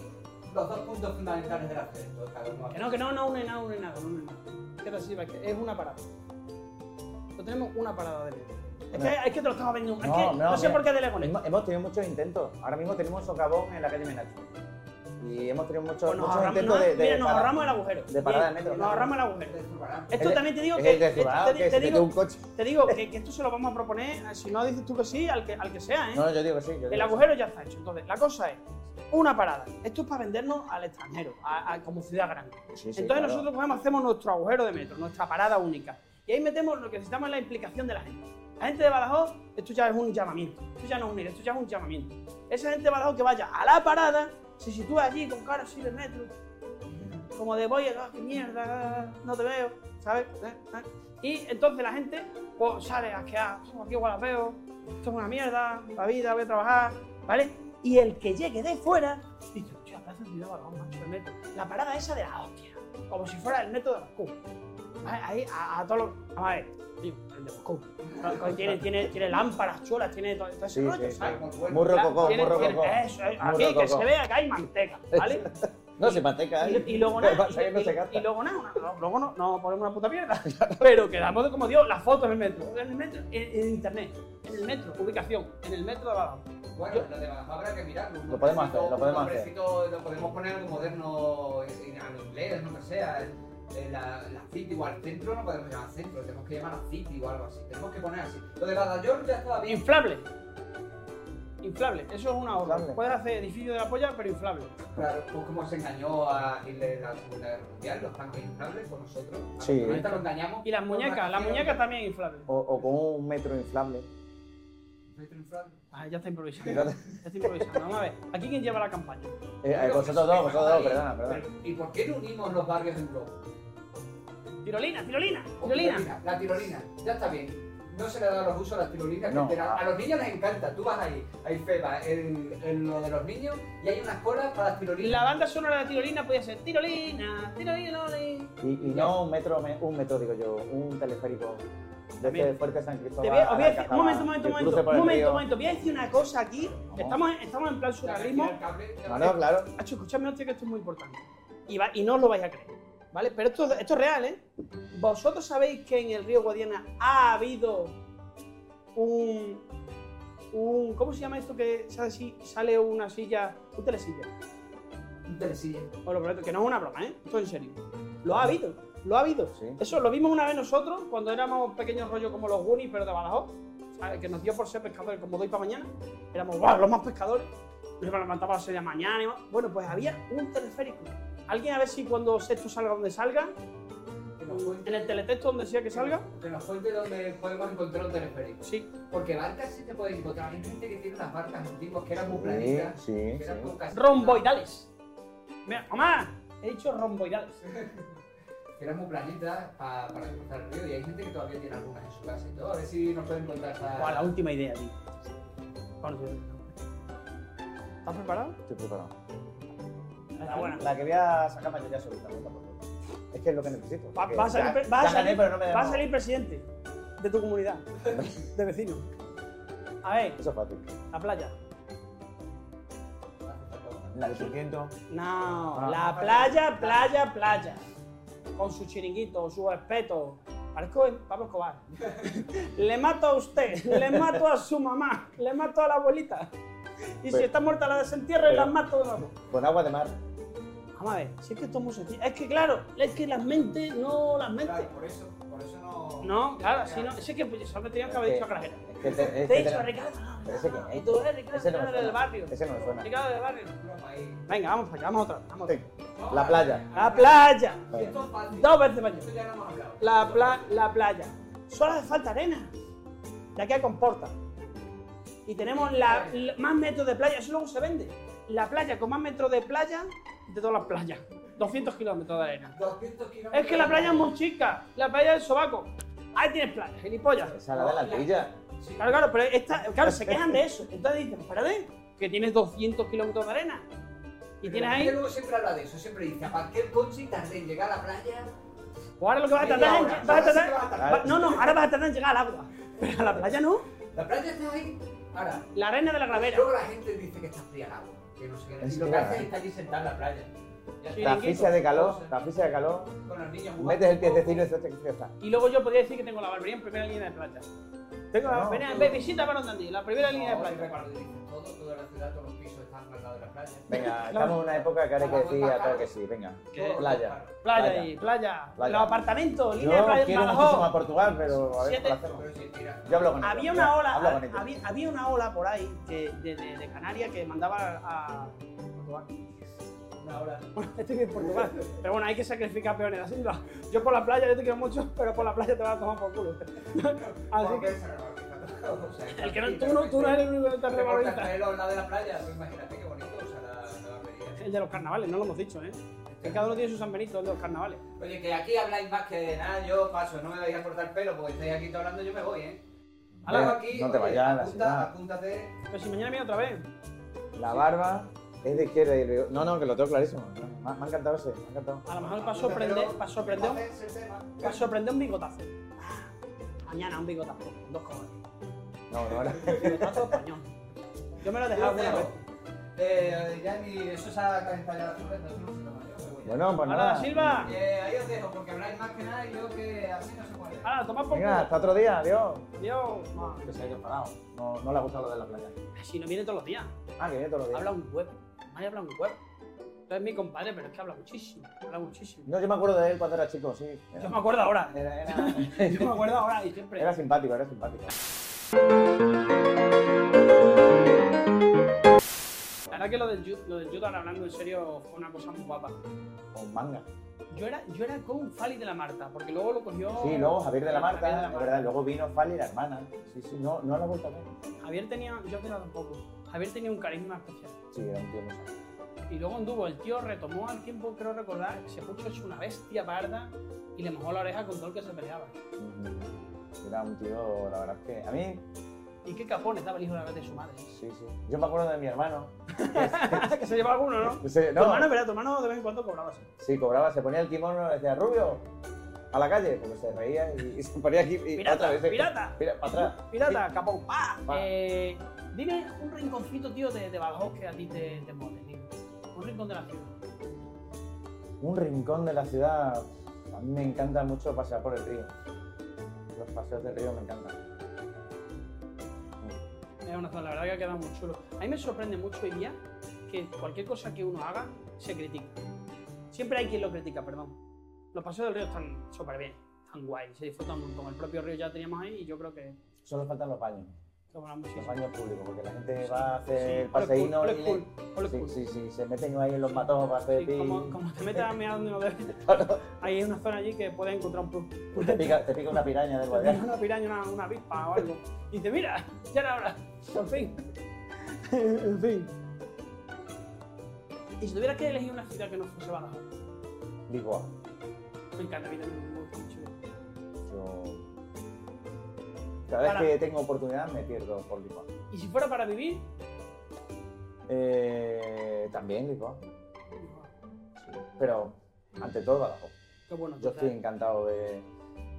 Speaker 3: los dos puntos fundamentales del acceso. Cada uno va a-
Speaker 2: Que no, que no, no une nada, no une nada, no une nada. ¿Qué te sirve? Que es una parada. Lo tenemos una parada de Lego. Es que, es que te lo estaba vendiendo. Es
Speaker 1: No,
Speaker 2: que
Speaker 1: no,
Speaker 2: no sé
Speaker 1: mira.
Speaker 2: por qué de Lego. ¿no?
Speaker 1: Hemos, hemos tenido muchos intentos. Ahora mismo tenemos socavón en la calle Menacho. Y hemos tenido muchos,
Speaker 2: Pues nos
Speaker 1: muchos
Speaker 2: ahorramos,
Speaker 1: intentos
Speaker 2: no,
Speaker 1: de, de
Speaker 2: mira, nos
Speaker 1: para-
Speaker 2: ahorramos el agujero.
Speaker 1: de parada de metro.
Speaker 2: Nos ahorramos el agujero.
Speaker 3: Entonces, Zurbarán,
Speaker 2: Esto
Speaker 1: Es-
Speaker 2: también te digo
Speaker 1: Es
Speaker 2: que,
Speaker 1: el de
Speaker 2: te-
Speaker 1: Zurbarán,
Speaker 2: te-
Speaker 1: que
Speaker 2: te
Speaker 1: se metió
Speaker 2: digo,
Speaker 1: un coche.
Speaker 2: te digo que, que esto se lo vamos a proponer, eh, si no dices tú que sí, al que, al que sea, ¿eh?
Speaker 1: No, yo digo que sí. yo digo que sí.
Speaker 2: El agujero ya está hecho. Entonces, la cosa es, una parada. Esto es para vendernos al extranjero, a- a- como ciudad grande.
Speaker 1: Sí, sí,
Speaker 2: Entonces
Speaker 1: claro.
Speaker 2: nosotros cogemos, hacemos nuestro agujero de metro, nuestra parada única. Y ahí metemos lo que necesitamos es la implicación de la gente. La gente de Badajoz, esto ya es un llamamiento. Esto ya no es unir, esto ya es un llamamiento. Esa gente de Badajoz que vaya a la parada, se sitúa allí con cara así de metro, como de voy, ah, qué mierda, no te veo, ¿sabes? Eh, eh. Y entonces la gente pues, sale a que, ah, aquí igual las veo, esto es una mierda, la vida, voy a trabajar, ¿vale? Y el que llegue de fuera dice, hostia, parece un Badajoz, macho, el metro. La parada esa de la hostia como si fuera el neto de Moscú. A- Ahí, a, a todos los. Vamos a ver, tío, el de Moscú. Tiene, tiene, tiene lámparas chulas, tiene todo, todo ese
Speaker 1: Sí,
Speaker 2: rollo,
Speaker 1: sí,
Speaker 2: ¿sabes?
Speaker 3: como bueno,
Speaker 1: Muy rococó,
Speaker 2: Tiene-
Speaker 1: muy
Speaker 2: tiene-
Speaker 1: rococó.
Speaker 2: Eso, eh,
Speaker 1: Muy
Speaker 2: aquí que
Speaker 1: rococó.
Speaker 2: se vea que hay manteca, ¿vale?
Speaker 1: No, se manteca ¿eh? ahí.
Speaker 2: Y, y luego
Speaker 1: Lo que
Speaker 2: nada,
Speaker 1: pasa es que no
Speaker 2: y-
Speaker 1: se
Speaker 2: y-
Speaker 1: gasta.
Speaker 2: y luego nada, una- no, luego no, no ponemos una puta mierda. Pero quedamos de como Dios, las fotos en el metro, en el metro, en, en internet, en el metro, ubicación, en el metro de Badajoz.
Speaker 3: Bueno,
Speaker 2: Yo-
Speaker 3: lo de Badajoz habrá que mirarlo. un
Speaker 1: Lo podemos hacer, lo podemos hacer.
Speaker 3: nombrecito- un nombrecito Lo podemos poner algo moderno en, en inglés, no que sea. en- en La, la City o al centro no podemos llamar centro, tenemos que llamar a City o algo así. Tenemos que poner así. Lo de Badajoz ya estaba bien.
Speaker 2: Inflable. Inflable, eso es una obra.
Speaker 1: Inflable.
Speaker 2: Puedes hacer edificio de la polla, pero inflable.
Speaker 3: Claro, pues como se engañó a Hitler en la Segunda Guerra Mundial, los tanques inflables con nosotros. A
Speaker 1: Sí.
Speaker 3: Ahorita lo engañamos.
Speaker 2: Y las muñecas, las muñecas también inflables.
Speaker 1: O, o con un metro inflable. Eh,
Speaker 2: Ah, ya está improvisando. Ya está improvisando. Vamos a ver. ¿Aquí quién lleva la campaña?
Speaker 1: Eh, eh, vosotros dos, vosotros dos, perdona, perdona.
Speaker 3: ¿Y por qué no unimos los barrios en bloque?
Speaker 2: Tirolina, tirolina,
Speaker 3: O
Speaker 2: tirolina.
Speaker 3: La tirolina, ya está bien. No se le da los usos a las tirolinas.
Speaker 1: No.
Speaker 3: que te la- A los niños les encanta. Tú vas ahí, hay FEBA, en, en lo de los niños, y hay unas colas para las tirolinas.
Speaker 2: La banda sonora de la tirolina podía ser tirolina, tirolina, oli.
Speaker 1: Y, y no un metro, me- un metro, digo yo, un teleférico. Desde
Speaker 2: También.
Speaker 1: Fuerte San
Speaker 2: Te voy
Speaker 1: Cristóbal.
Speaker 2: a- os
Speaker 1: a
Speaker 2: voy
Speaker 1: la
Speaker 2: a decir-
Speaker 1: Cazaba,
Speaker 2: un momento, un momento,
Speaker 1: el
Speaker 2: un
Speaker 1: cruce
Speaker 2: momento.
Speaker 1: por el
Speaker 2: Un momento,
Speaker 1: río.
Speaker 2: un momento. Voy a decir una cosa aquí.
Speaker 1: Vamos.
Speaker 2: Estamos, en- estamos en plan surrealismo.
Speaker 3: El cable, ya
Speaker 1: No,
Speaker 3: ves.
Speaker 1: no, claro.
Speaker 2: Hacho, escuchadme, hostia, que esto es muy importante. Y, va- y no os lo vais a creer. ¿Vale? Pero esto, esto es real, ¿eh? ¿Vosotros sabéis que en el río Guadiana ha habido un. un ¿Cómo se llama esto que sale, así- sale una silla? Un telesilla.
Speaker 3: Un telesilla.
Speaker 2: Os lo prometo, que no es una broma, ¿eh? Esto es en serio. Lo ha habido, lo ha habido.
Speaker 1: Sí.
Speaker 2: Eso lo vimos una vez nosotros cuando éramos pequeños rollo como los Goonies, pero de Badajoz, ¿sabes? que nos dio por ser pescadores como doy para mañana. Éramos ¡guau! los más pescadores. Nos levantaba a las seis de la mañana y más. Bueno, pues había un teleférico. Alguien a ver si cuando esto salga donde salga,
Speaker 3: Que nos cuente-
Speaker 2: en el teletexto donde sea que salga.
Speaker 3: Que nos cuente dónde podemos encontrar un teleférico.
Speaker 2: Sí,
Speaker 3: Porque barcas sí te puedes encontrar. Hay gente que tiene unas barcas antiguas que eran muy
Speaker 1: Sí,
Speaker 3: planitas.
Speaker 1: sí,
Speaker 3: que eran
Speaker 1: sí.
Speaker 3: con casitas-
Speaker 2: romboidales. Mira, mamá, he dicho romboidales.
Speaker 3: Que eran muy planitas pa- para cruzar el río. Y hay gente que todavía tiene algunas en su casa y todo. A ver si nos pueden contar esa-
Speaker 2: Guau, la última idea, tío. Bueno, tío, ¿Estás preparado?
Speaker 1: Estoy preparado.
Speaker 2: Ah, Está buena.
Speaker 1: La que voy a sacar mayoría absoluta. venga, por favor. Es que es lo que necesito.
Speaker 2: Va-
Speaker 1: que
Speaker 2: va a salir
Speaker 1: ya-
Speaker 2: pre- va a
Speaker 1: ya gané,
Speaker 2: salir-
Speaker 1: pero no me da
Speaker 2: Va a
Speaker 1: nada.
Speaker 2: salir presidente de tu comunidad, de vecino. A ver,
Speaker 1: Eso es fácil.
Speaker 2: la playa.
Speaker 1: La de Surquiento.
Speaker 2: No,
Speaker 1: Ah.
Speaker 2: la playa, playa, playa. Con su chiringuito, su respeto. Parezco el Pablo Escobar. le mato a usted, le mato a su mamá, le mato a la abuelita. Y si
Speaker 1: Pero-
Speaker 2: está muerta la desentierro y
Speaker 1: pero-
Speaker 2: la mato de nuevo.
Speaker 1: Con agua de mar.
Speaker 2: Vamos a ver, si es que esto es muy sencillo. Es que claro, es que las mentes, no las mentes.
Speaker 3: Claro, por eso, por eso no.
Speaker 2: No, claro, si no. Si es que pues, solo tenían que haber dicho a Carajera.
Speaker 1: Es que Este te- es
Speaker 2: Te
Speaker 1: que
Speaker 2: he dicho,
Speaker 1: te-
Speaker 2: Ricardo. no,
Speaker 1: Pero ese
Speaker 2: no,
Speaker 1: que-
Speaker 2: tú eres Ricardo,
Speaker 1: ese no me
Speaker 2: Ricardo del
Speaker 1: suena.
Speaker 2: barrio.
Speaker 1: Ese no me suena.
Speaker 2: Ricardo del barrio.
Speaker 3: Broma ahí.
Speaker 2: Venga, vamos para allá, vamos otra vez, vamos otra vez.
Speaker 1: La playa.
Speaker 2: La playa.
Speaker 3: Esto es fácil.
Speaker 2: Dos veces baño.
Speaker 3: Esto ya lo hemos hablado.
Speaker 2: La, pla- la playa. Solo hace falta arena. De aquí a Comporta. Y tenemos la, la- más metros de playa. Eso luego se vende. La playa con más metros de playa de todas las playas. 200 kilómetros de arena.
Speaker 3: 200 kilómetros.
Speaker 2: Es que la playa es muy chica. La playa del sobaco. Ahí tienes playa, gilipollas.
Speaker 1: Esa la de la trilla.
Speaker 3: Sí.
Speaker 2: Claro, claro, pero esta, claro, se quejan de eso. Entonces dicen, espérate, que tienes 200 kilómetros de arena. Y
Speaker 3: Pero
Speaker 2: tienes
Speaker 3: la gente
Speaker 2: ahí,
Speaker 3: luego siempre habla de eso, siempre dice, ¿para qué el coche tarde en llegar a la playa?
Speaker 2: pues ahora lo que vas a
Speaker 3: Media
Speaker 2: tratar
Speaker 3: hora.
Speaker 2: es, vas a
Speaker 3: Ahora sí
Speaker 2: tratar,
Speaker 3: que vas a
Speaker 1: tardar.
Speaker 2: va- no, no, ahora vas a tratar en llegar al agua. Pero a la playa no,
Speaker 3: La playa está ahí. Ahora,
Speaker 2: La arena de la gravera.
Speaker 3: luego la gente dice que está fría el agua. Que no sé qué.
Speaker 1: Es
Speaker 3: Y lo que
Speaker 1: verdad.
Speaker 3: haces está allí sentado en la playa. Ya
Speaker 2: Sí.
Speaker 3: está,
Speaker 1: La asfixia de calor, la asfixia de calor,
Speaker 3: Con los niños jugando.
Speaker 1: metes el piececillo y dices, "Hostia, qué frío está.
Speaker 2: Y luego yo podría decir que tengo la barbería en primera línea de playa. Tengo la
Speaker 1: No,
Speaker 2: barbería
Speaker 3: no.
Speaker 2: en visita para Dandy, la primera
Speaker 3: No,
Speaker 2: línea de
Speaker 3: siempre
Speaker 2: playa.
Speaker 3: cuando dices todo, toda la ciudad, todos los pisos están al lado de la playa.
Speaker 1: Venga, estamos en una época que ahora hay que decir a todo que sí, venga.
Speaker 3: Todo,
Speaker 1: Playa.
Speaker 2: Playa,
Speaker 1: Playa.
Speaker 2: ahí, playa.
Speaker 1: Playa.
Speaker 2: Los apartamentos,
Speaker 1: Yo
Speaker 2: línea de playa en
Speaker 1: quiero muchísimo a
Speaker 2: Badajoz.
Speaker 1: Portugal, pero a ver
Speaker 2: Siete-
Speaker 1: cómo lo
Speaker 3: claro.
Speaker 1: hacemos.
Speaker 3: Pero si mira,
Speaker 1: Yo hablo con ellos.
Speaker 2: Había
Speaker 1: ya,
Speaker 2: una ola,
Speaker 1: hablo con ellos.
Speaker 2: había, había una ola por ahí que, de, de, de Canarias que mandaba a Portugal.
Speaker 3: una hora.
Speaker 2: Bueno, estoy bien en Portugal. Pero bueno, hay que sacrificar peones de la selva. Yo por la playa, yo te quiero mucho, pero por la playa te vas a tomar por culo. Así que el que no, tú, no, tú no eres el único que te revaloriza.
Speaker 3: el lado de la playa, pues imagínate qué bonito, o sea, la, la barbería.
Speaker 2: El de los carnavales, no lo hemos dicho, ¿eh? Que cada uno tiene su San Benito, el de los carnavales.
Speaker 3: Oye, que aquí habláis más que de nada, yo paso, no me vais a cortar el pelo porque estáis aquí todos hablando, yo me voy, ¿eh?
Speaker 1: Ve,
Speaker 3: Hablo aquí,
Speaker 1: no te
Speaker 3: oye,
Speaker 1: vayas, la
Speaker 3: apunta-
Speaker 1: ciudad.
Speaker 3: apúntate.
Speaker 2: Pero si mañana viene otra vez.
Speaker 1: La barba es de izquierda y el bigote- No, no, que lo tengo clarísimo. Me ha, me ha encantado ese, me ha encantado.
Speaker 2: A lo mejor para sorprender, para sorprender,
Speaker 3: Entonces, el tema.
Speaker 2: para sorprender un bigotazo. Mañana un bigotazo, con dos cojones.
Speaker 1: No, no, no.
Speaker 2: Un bigotazo español. Yo me lo he dejado alguna vez.
Speaker 3: Eh, ya ni eso se ha calentado ya la cerveza, eso no se toma, yo me voy ya.
Speaker 1: Bueno, pues
Speaker 2: Ahora,
Speaker 1: nada.
Speaker 2: Silva,
Speaker 3: Eh, ahí os dejo, porque habláis más que nada y yo que así no se puede.
Speaker 2: ahora, toma por
Speaker 1: Venga,
Speaker 2: culo.
Speaker 1: hasta otro día, adiós.
Speaker 2: Dios, madre.
Speaker 1: Que se haya enfadado. No, no le ha gustado lo de la playa.
Speaker 2: Si no viene todos los días.
Speaker 1: Ah, que viene todos los días.
Speaker 2: Habla un huevo. Nadie habla un huevo. No es mi compadre, pero es que habla muchísimo. Habla muchísimo.
Speaker 1: No, yo me acuerdo de él cuando era chico, sí.
Speaker 2: Yo
Speaker 1: Era,
Speaker 2: me acuerdo ahora.
Speaker 1: era- era-
Speaker 2: Yo me acuerdo ahora y siempre.
Speaker 1: era simpático, era simpático.
Speaker 2: La verdad que lo del, ju- lo del judo, ahora hablando en serio, fue una cosa muy guapa.
Speaker 1: Con manga.
Speaker 2: Yo era, yo era con Fali de la Marta, porque luego lo cogió...
Speaker 1: Sí, luego Javier de la
Speaker 2: Javier
Speaker 1: Marta,
Speaker 2: de la
Speaker 1: es verdad. Luego vino Fali, la hermana. Sí, sí, no, no la he vuelto a ver.
Speaker 2: Javier tenía... Yo te tampoco. Javier tenía un carisma especial.
Speaker 1: Sí, era un tío muy sano.
Speaker 2: Y luego anduvo, el tío retomó al tiempo, creo recordar, se puso hecho una bestia parda y le mojó la oreja con todo el que se peleaba.
Speaker 1: Mm, Era un tío, la verdad es que. A mí,
Speaker 2: Y qué capón estaba el hijo de la vez de su madre.
Speaker 1: sí, sí. Yo me acuerdo de mi hermano.
Speaker 2: que se llevaba alguno, ¿no?
Speaker 1: No sé,
Speaker 2: Tu
Speaker 1: no,
Speaker 2: hermano, verá, tu hermano de vez en cuando cobraba así.
Speaker 1: Sí, cobraba, se ponía el kimono y decía, Rubio, a la calle, porque se reía y, y se ponía aquí y otra
Speaker 2: ¡Pirata,
Speaker 1: vez.
Speaker 2: pirata!
Speaker 1: Mira, para atrás.
Speaker 2: ¡Pirata, capón! ¡Pa!
Speaker 1: Pa.
Speaker 2: Eh, dime un rinconcito, tío, de, de Badajoz que a ti te, te mole, tío. Un rincón de la ciudad.
Speaker 1: Un rincón de la ciudad. A mí me encanta mucho pasear por el río. Los paseos del río me encantan.
Speaker 2: Es una zona, la verdad que ha quedado muy chulo. A mí me sorprende mucho hoy día que cualquier cosa que uno haga se critica. Siempre hay quien lo critica, perdón. Los paseos del río están súper bien, están guay, se disfrutan un montón. El propio río ya lo teníamos ahí y yo creo que
Speaker 1: Solo faltan los baños,
Speaker 2: lo mola
Speaker 1: los
Speaker 2: muchísimo.
Speaker 1: baños públicos, porque la gente
Speaker 2: Sí,
Speaker 1: va a hacer
Speaker 2: sí,
Speaker 1: el paseíno
Speaker 2: ole
Speaker 1: y
Speaker 2: cool,
Speaker 1: le-
Speaker 2: ole cool, ole
Speaker 1: Sí,
Speaker 2: cool.
Speaker 1: sí, sí, se meten ahí en los matojos para hacer
Speaker 2: pues. Sí,
Speaker 1: pis.
Speaker 2: como, como te metas a mear donde no debes, hay una zona allí que puedes encontrar un plus.
Speaker 1: Te, pica, te pica una piraña del guardián.
Speaker 2: Pues una piraña, una, una avispa o algo. Y dice, mira, ya era hora. En fin. en fin. Y si tuvieras que elegir una ciudad que no fuese Badajoz,
Speaker 1: Digo,
Speaker 2: Me encanta, a mí también me gusta mucho.
Speaker 1: yo... Cada vez
Speaker 2: Para.
Speaker 1: que tengo oportunidad me pierdo por Lisboa.
Speaker 2: Y si fuera para vivir,
Speaker 1: Eh, también Lisboa. Pero ante todo Badajoz.
Speaker 2: qué bueno.
Speaker 1: Yo
Speaker 2: total.
Speaker 1: estoy encantado de,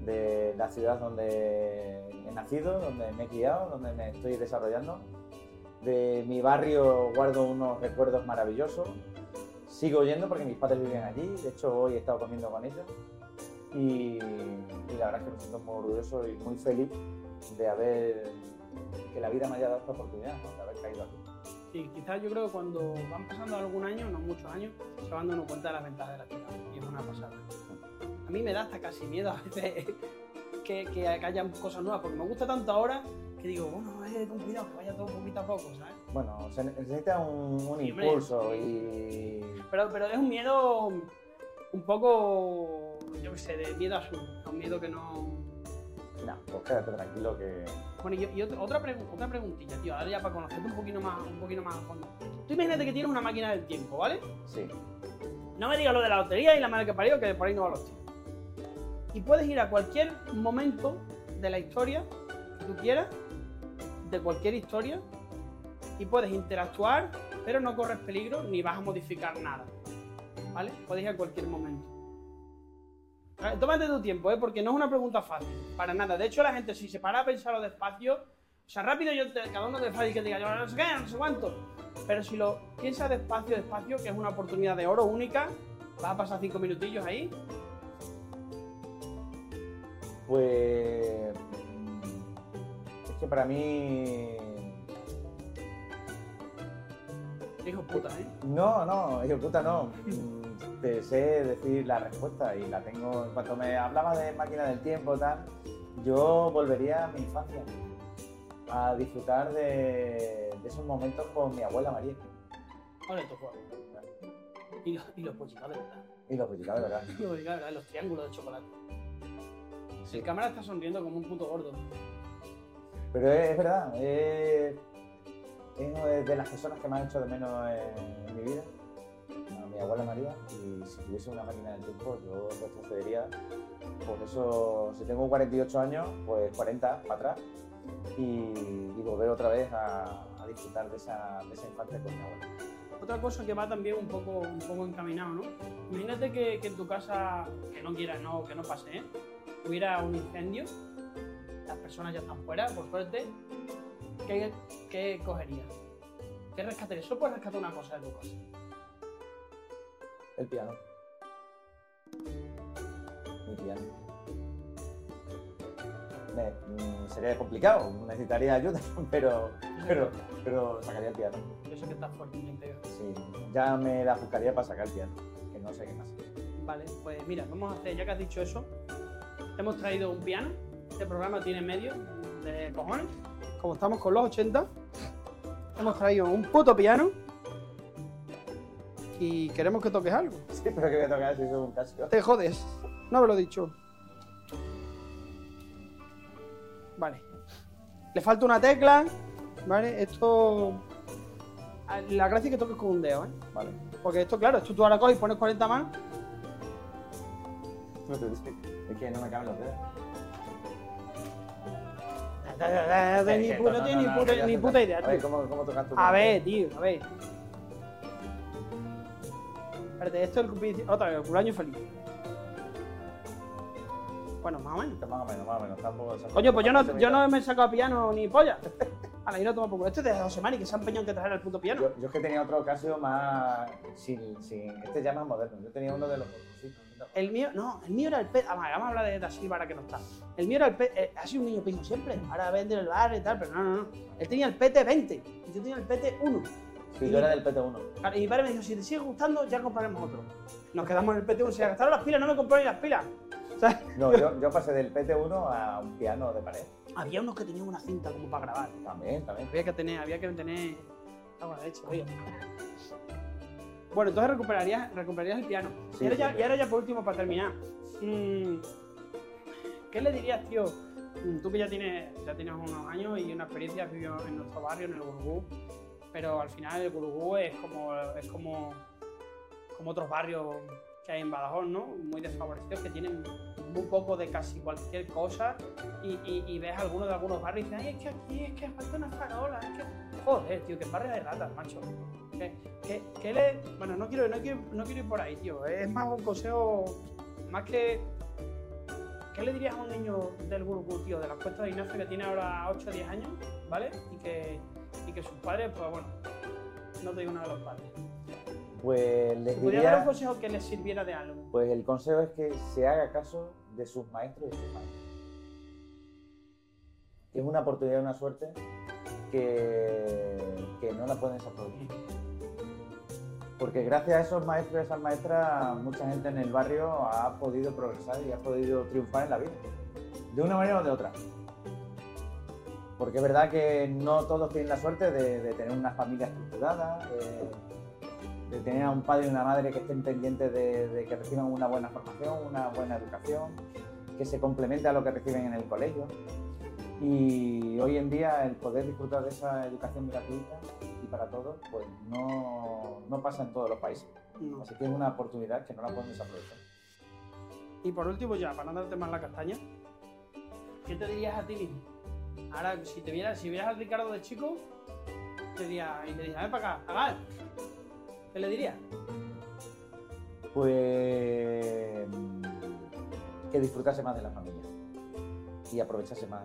Speaker 1: de la ciudad donde he nacido, donde me he criado, donde me estoy desarrollando. De mi barrio guardo unos recuerdos maravillosos. Sigo yendo porque mis padres viven allí. De hecho, hoy he estado comiendo con ellos. Y, y la verdad es que me siento muy orgulloso y muy feliz de haber que la vida me haya dado esta oportunidad, ¿no? de haber caído aquí.
Speaker 2: Sí, quizás yo creo que cuando van pasando algún año, no muchos años, se van dando cuenta de las ventajas de la ciudad. Y es una pasada. A mí me da hasta casi miedo a veces que, que hayan cosas nuevas, porque me gusta tanto ahora que digo, bueno, eh, con cuidado, que vaya todo poquito a poco, ¿sabes?
Speaker 1: Bueno, se necesita un, un
Speaker 2: Sí, hombre,
Speaker 1: impulso
Speaker 2: sí.
Speaker 1: y
Speaker 2: Pero, pero es un miedo un poco, yo qué sé, de miedo azul, un miedo que no,
Speaker 1: No, pues quédate tranquilo que.
Speaker 2: Bueno, y, y otra, otra, pregu- otra preguntilla, tío, ahora ya para conocerte un poquito más, un poquito más a fondo. Tú imagínate que tienes una máquina del tiempo, ¿vale?
Speaker 1: Sí.
Speaker 2: No me digas lo de la lotería y la madre que parió, que por ahí no va los tiros. Y puedes ir a cualquier momento de la historia que tú quieras, de cualquier historia, y puedes interactuar, pero no corres peligro ni vas a modificar nada. ¿Vale? Puedes ir a cualquier momento. A ver, Tómate tu tiempo, ¿eh? porque no es una pregunta fácil, para nada. De hecho, la gente, si se para a pensarlo despacio, O sea, rápido yo te- cada uno te falla y que te diga, yo no sé qué, no sé cuánto. Pero si lo piensas despacio, despacio, que es una oportunidad de oro única, vas a pasar cinco minutillos ahí.
Speaker 1: Pues. mm, Es que para mí.
Speaker 2: Hijo puta, ¿eh?
Speaker 1: No, no, hijo puta, no. Mm, Te sé decir la respuesta y la tengo. En cuanto me hablabas de máquina del tiempo, tal, yo volvería a mi infancia a disfrutar de, de esos momentos con mi abuela María.
Speaker 2: Ahora estos juegos. Y los, y los pollitos, de verdad.
Speaker 1: Y los pollitos, de verdad.
Speaker 2: Los pollitos, de verdad, los triángulos de chocolate. El cámara está sonriendo como un puto gordo.
Speaker 1: Pero es, es verdad, es, es de las personas que más he hecho de menos en, mi vida, a mi abuela María, y si tuviese una máquina del tiempo, yo retrocedería. Por eso, si tengo 48 años, pues 40 para atrás, y, y volver otra vez a, a disfrutar de esa, de esa infancia con mi abuela.
Speaker 2: Otra cosa que va también un poco, un poco encaminado, ¿no? Imagínate que, que en tu casa, que no quieras, no, que no pase, ¿eh? hubiera un incendio, las personas ya están fuera, por suerte, ¿qué, qué cogerías? ¿Qué rescatarías? Solo puedes rescatar una cosa de tu casa.
Speaker 1: El piano. Mi piano. Me- mm, sería complicado, necesitaría ayuda, pero, pero, pero sacaría el piano.
Speaker 2: Yo sé que estás fuerte en el interior.
Speaker 1: Sí, ya me la buscaría para sacar el piano, que no sé qué más.
Speaker 2: Vale, pues mira, vamos a hacer, ya que has dicho eso, te hemos traído un piano. Este programa tiene medio de cojones. Como estamos con los 80, hemos traído un puto piano y queremos que toques algo.
Speaker 1: Sí, pero que voy a tocar si soy un casco.
Speaker 2: Te jodes, no me lo he dicho. Vale. Le falta una tecla, ¿vale? Esto... Ah, La gracia es que toques con un dedo, ¿eh?
Speaker 1: Vale.
Speaker 2: Porque esto, claro, esto tú ahora coges y pones 40 más
Speaker 1: No te Es que no me caben los dedos.
Speaker 2: Ni
Speaker 1: Es que
Speaker 2: puta-
Speaker 1: Eh, no, no,
Speaker 2: ni
Speaker 1: no,
Speaker 2: puta-
Speaker 1: no,
Speaker 2: ni
Speaker 1: ya
Speaker 2: puta
Speaker 1: está.
Speaker 2: idea,
Speaker 1: A ver,
Speaker 2: tío.
Speaker 1: ¿cómo, cómo tocas tú?
Speaker 2: A ver, tío, a ver. Espérate, esto es el cumpleaños. Otra vez, el cumpleaños feliz. Bueno, más o menos.
Speaker 1: Más o menos, más o menos. Tampoco,
Speaker 2: Coño, pues yo no, yo no me he sacado piano ni polla. A la yo no tomo poco. Este es de José Mari, que se han empeñado en que trajera el puto piano.
Speaker 1: Yo, yo es que tenía otro Casio más. Sin, sin, este ya más moderno. Yo tenía uno de los. sí, no,
Speaker 2: El mío, no, el mío era el pez. Vamos, vamos a hablar de Da Silva ahora que no está. El mío era el pez. ha sido un niño pijo siempre. Ahora vende en el bar y tal, pero no, no, no. Él tenía el PT20 y yo tenía el PT1.
Speaker 1: Sí, yo era del PT1.
Speaker 2: Claro, y mi padre me dijo, si te sigue gustando, ya compraremos otro. Nos quedamos en el PT1, se gastaron las pilas, no me compró ni las pilas.
Speaker 1: No, yo, yo pasé del PT1 a un piano de pared.
Speaker 2: Había unos que tenían una cinta como para grabar.
Speaker 1: También, también.
Speaker 2: Había que tener, había que tener... Ah, bueno, de hecho, oye. Bueno, entonces recuperarías, recuperarías el piano.
Speaker 1: Sí,
Speaker 2: y, ahora
Speaker 1: sí,
Speaker 2: ya,
Speaker 1: sí.
Speaker 2: y ahora ya por último, para terminar. Mm, ¿Qué le dirías, tío? Mm, Tú que ya tienes, ya tienes unos años y una experiencia, has vivido en nuestro barrio, en el Gurugú, pero al final el Gurugú es como, es como, como otros barrios que hay en Badajoz, ¿no? Muy desfavorecidos, que tienen muy poco de casi cualquier cosa y, y- y ves algunos de algunos barrios y dices, ay, es que aquí, es que falta una farola, es que... Joder, tío, que barrio de ratas, macho. ¿Qué, qué, qué le...? Bueno, no quiero, no, quiero, no quiero ir por ahí, tío. Es más un consejo, más que... ¿Qué le dirías a un niño del Gurugú, tío, de las cuestas de Ignacio que tiene ahora 8 o 10 años, ¿vale? Y que, y que sus padres, pues bueno, no te digo nada de los padres.
Speaker 1: Pues les
Speaker 2: ¿Podría dar un
Speaker 1: diría.
Speaker 2: consejo que les sirviera de algo?
Speaker 1: Pues el consejo es que se haga caso de sus maestros y de sus padres. Es una oportunidad, una suerte que, que no la pueden desaprovechar. Porque gracias a esos maestros y esas maestras, mucha gente en el barrio ha podido progresar y ha podido triunfar en la vida. De una manera o de otra. Porque es verdad que no todos tienen la suerte de, de tener una familia estructurada, eh, de, de tener a un padre y una madre que estén pendientes de, de que reciban una buena formación, una buena educación, que se complemente a lo que reciben en el colegio. Y hoy en día el poder disfrutar de esa educación gratuita y para todos, pues no, no pasa en todos los países.
Speaker 2: No.
Speaker 1: Así que es una oportunidad que no la podemos desaprovechar.
Speaker 2: Y por último, ya, para no darte más la castaña, ¿qué te dirías a ti mismo? Ahora, si te vieras, si vieras al Ricardo de chico, te diría, y le dirías, ven para acá, agar. ¿Qué le dirías?
Speaker 1: Pues que disfrutase más de la familia y aprovechase más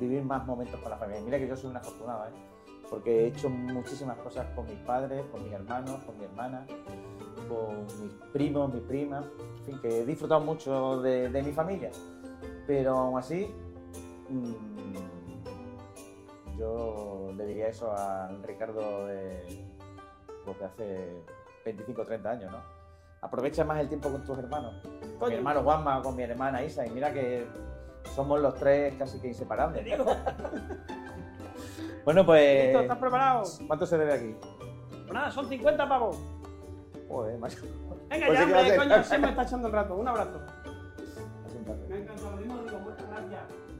Speaker 1: vivir más momentos con la familia. Y Mira que yo soy un afortunado, ¿eh? porque he hecho muchísimas cosas con mis padres, con mis hermanos, con mi hermana, con mis primos, mis primas, en fin, que he disfrutado mucho de, de mi familia. Pero aún así, mm, yo le diría eso al Ricardo de, pues, de hace 25 o 30 años, ¿no? Aprovecha más el tiempo con tus hermanos con mi
Speaker 2: Coño,
Speaker 1: hermano Juanma, con mi hermana Isa, y mira que somos los tres casi que
Speaker 2: te
Speaker 1: inseparables.
Speaker 2: digo.
Speaker 1: Bueno, pues.
Speaker 2: Listo, ¿estás preparado? Pues
Speaker 1: ¿Cuánto se debe aquí?
Speaker 2: nada, son 50 pavos.
Speaker 1: Joder, macho.
Speaker 2: Venga,
Speaker 1: Pues
Speaker 2: ya,
Speaker 1: sí que va a
Speaker 2: hombre,
Speaker 1: ser.
Speaker 2: coño, se me está echando el rato. Un abrazo.
Speaker 1: Hace un par de-
Speaker 2: Me ha encantado, lo mismo digo, muchas gracias.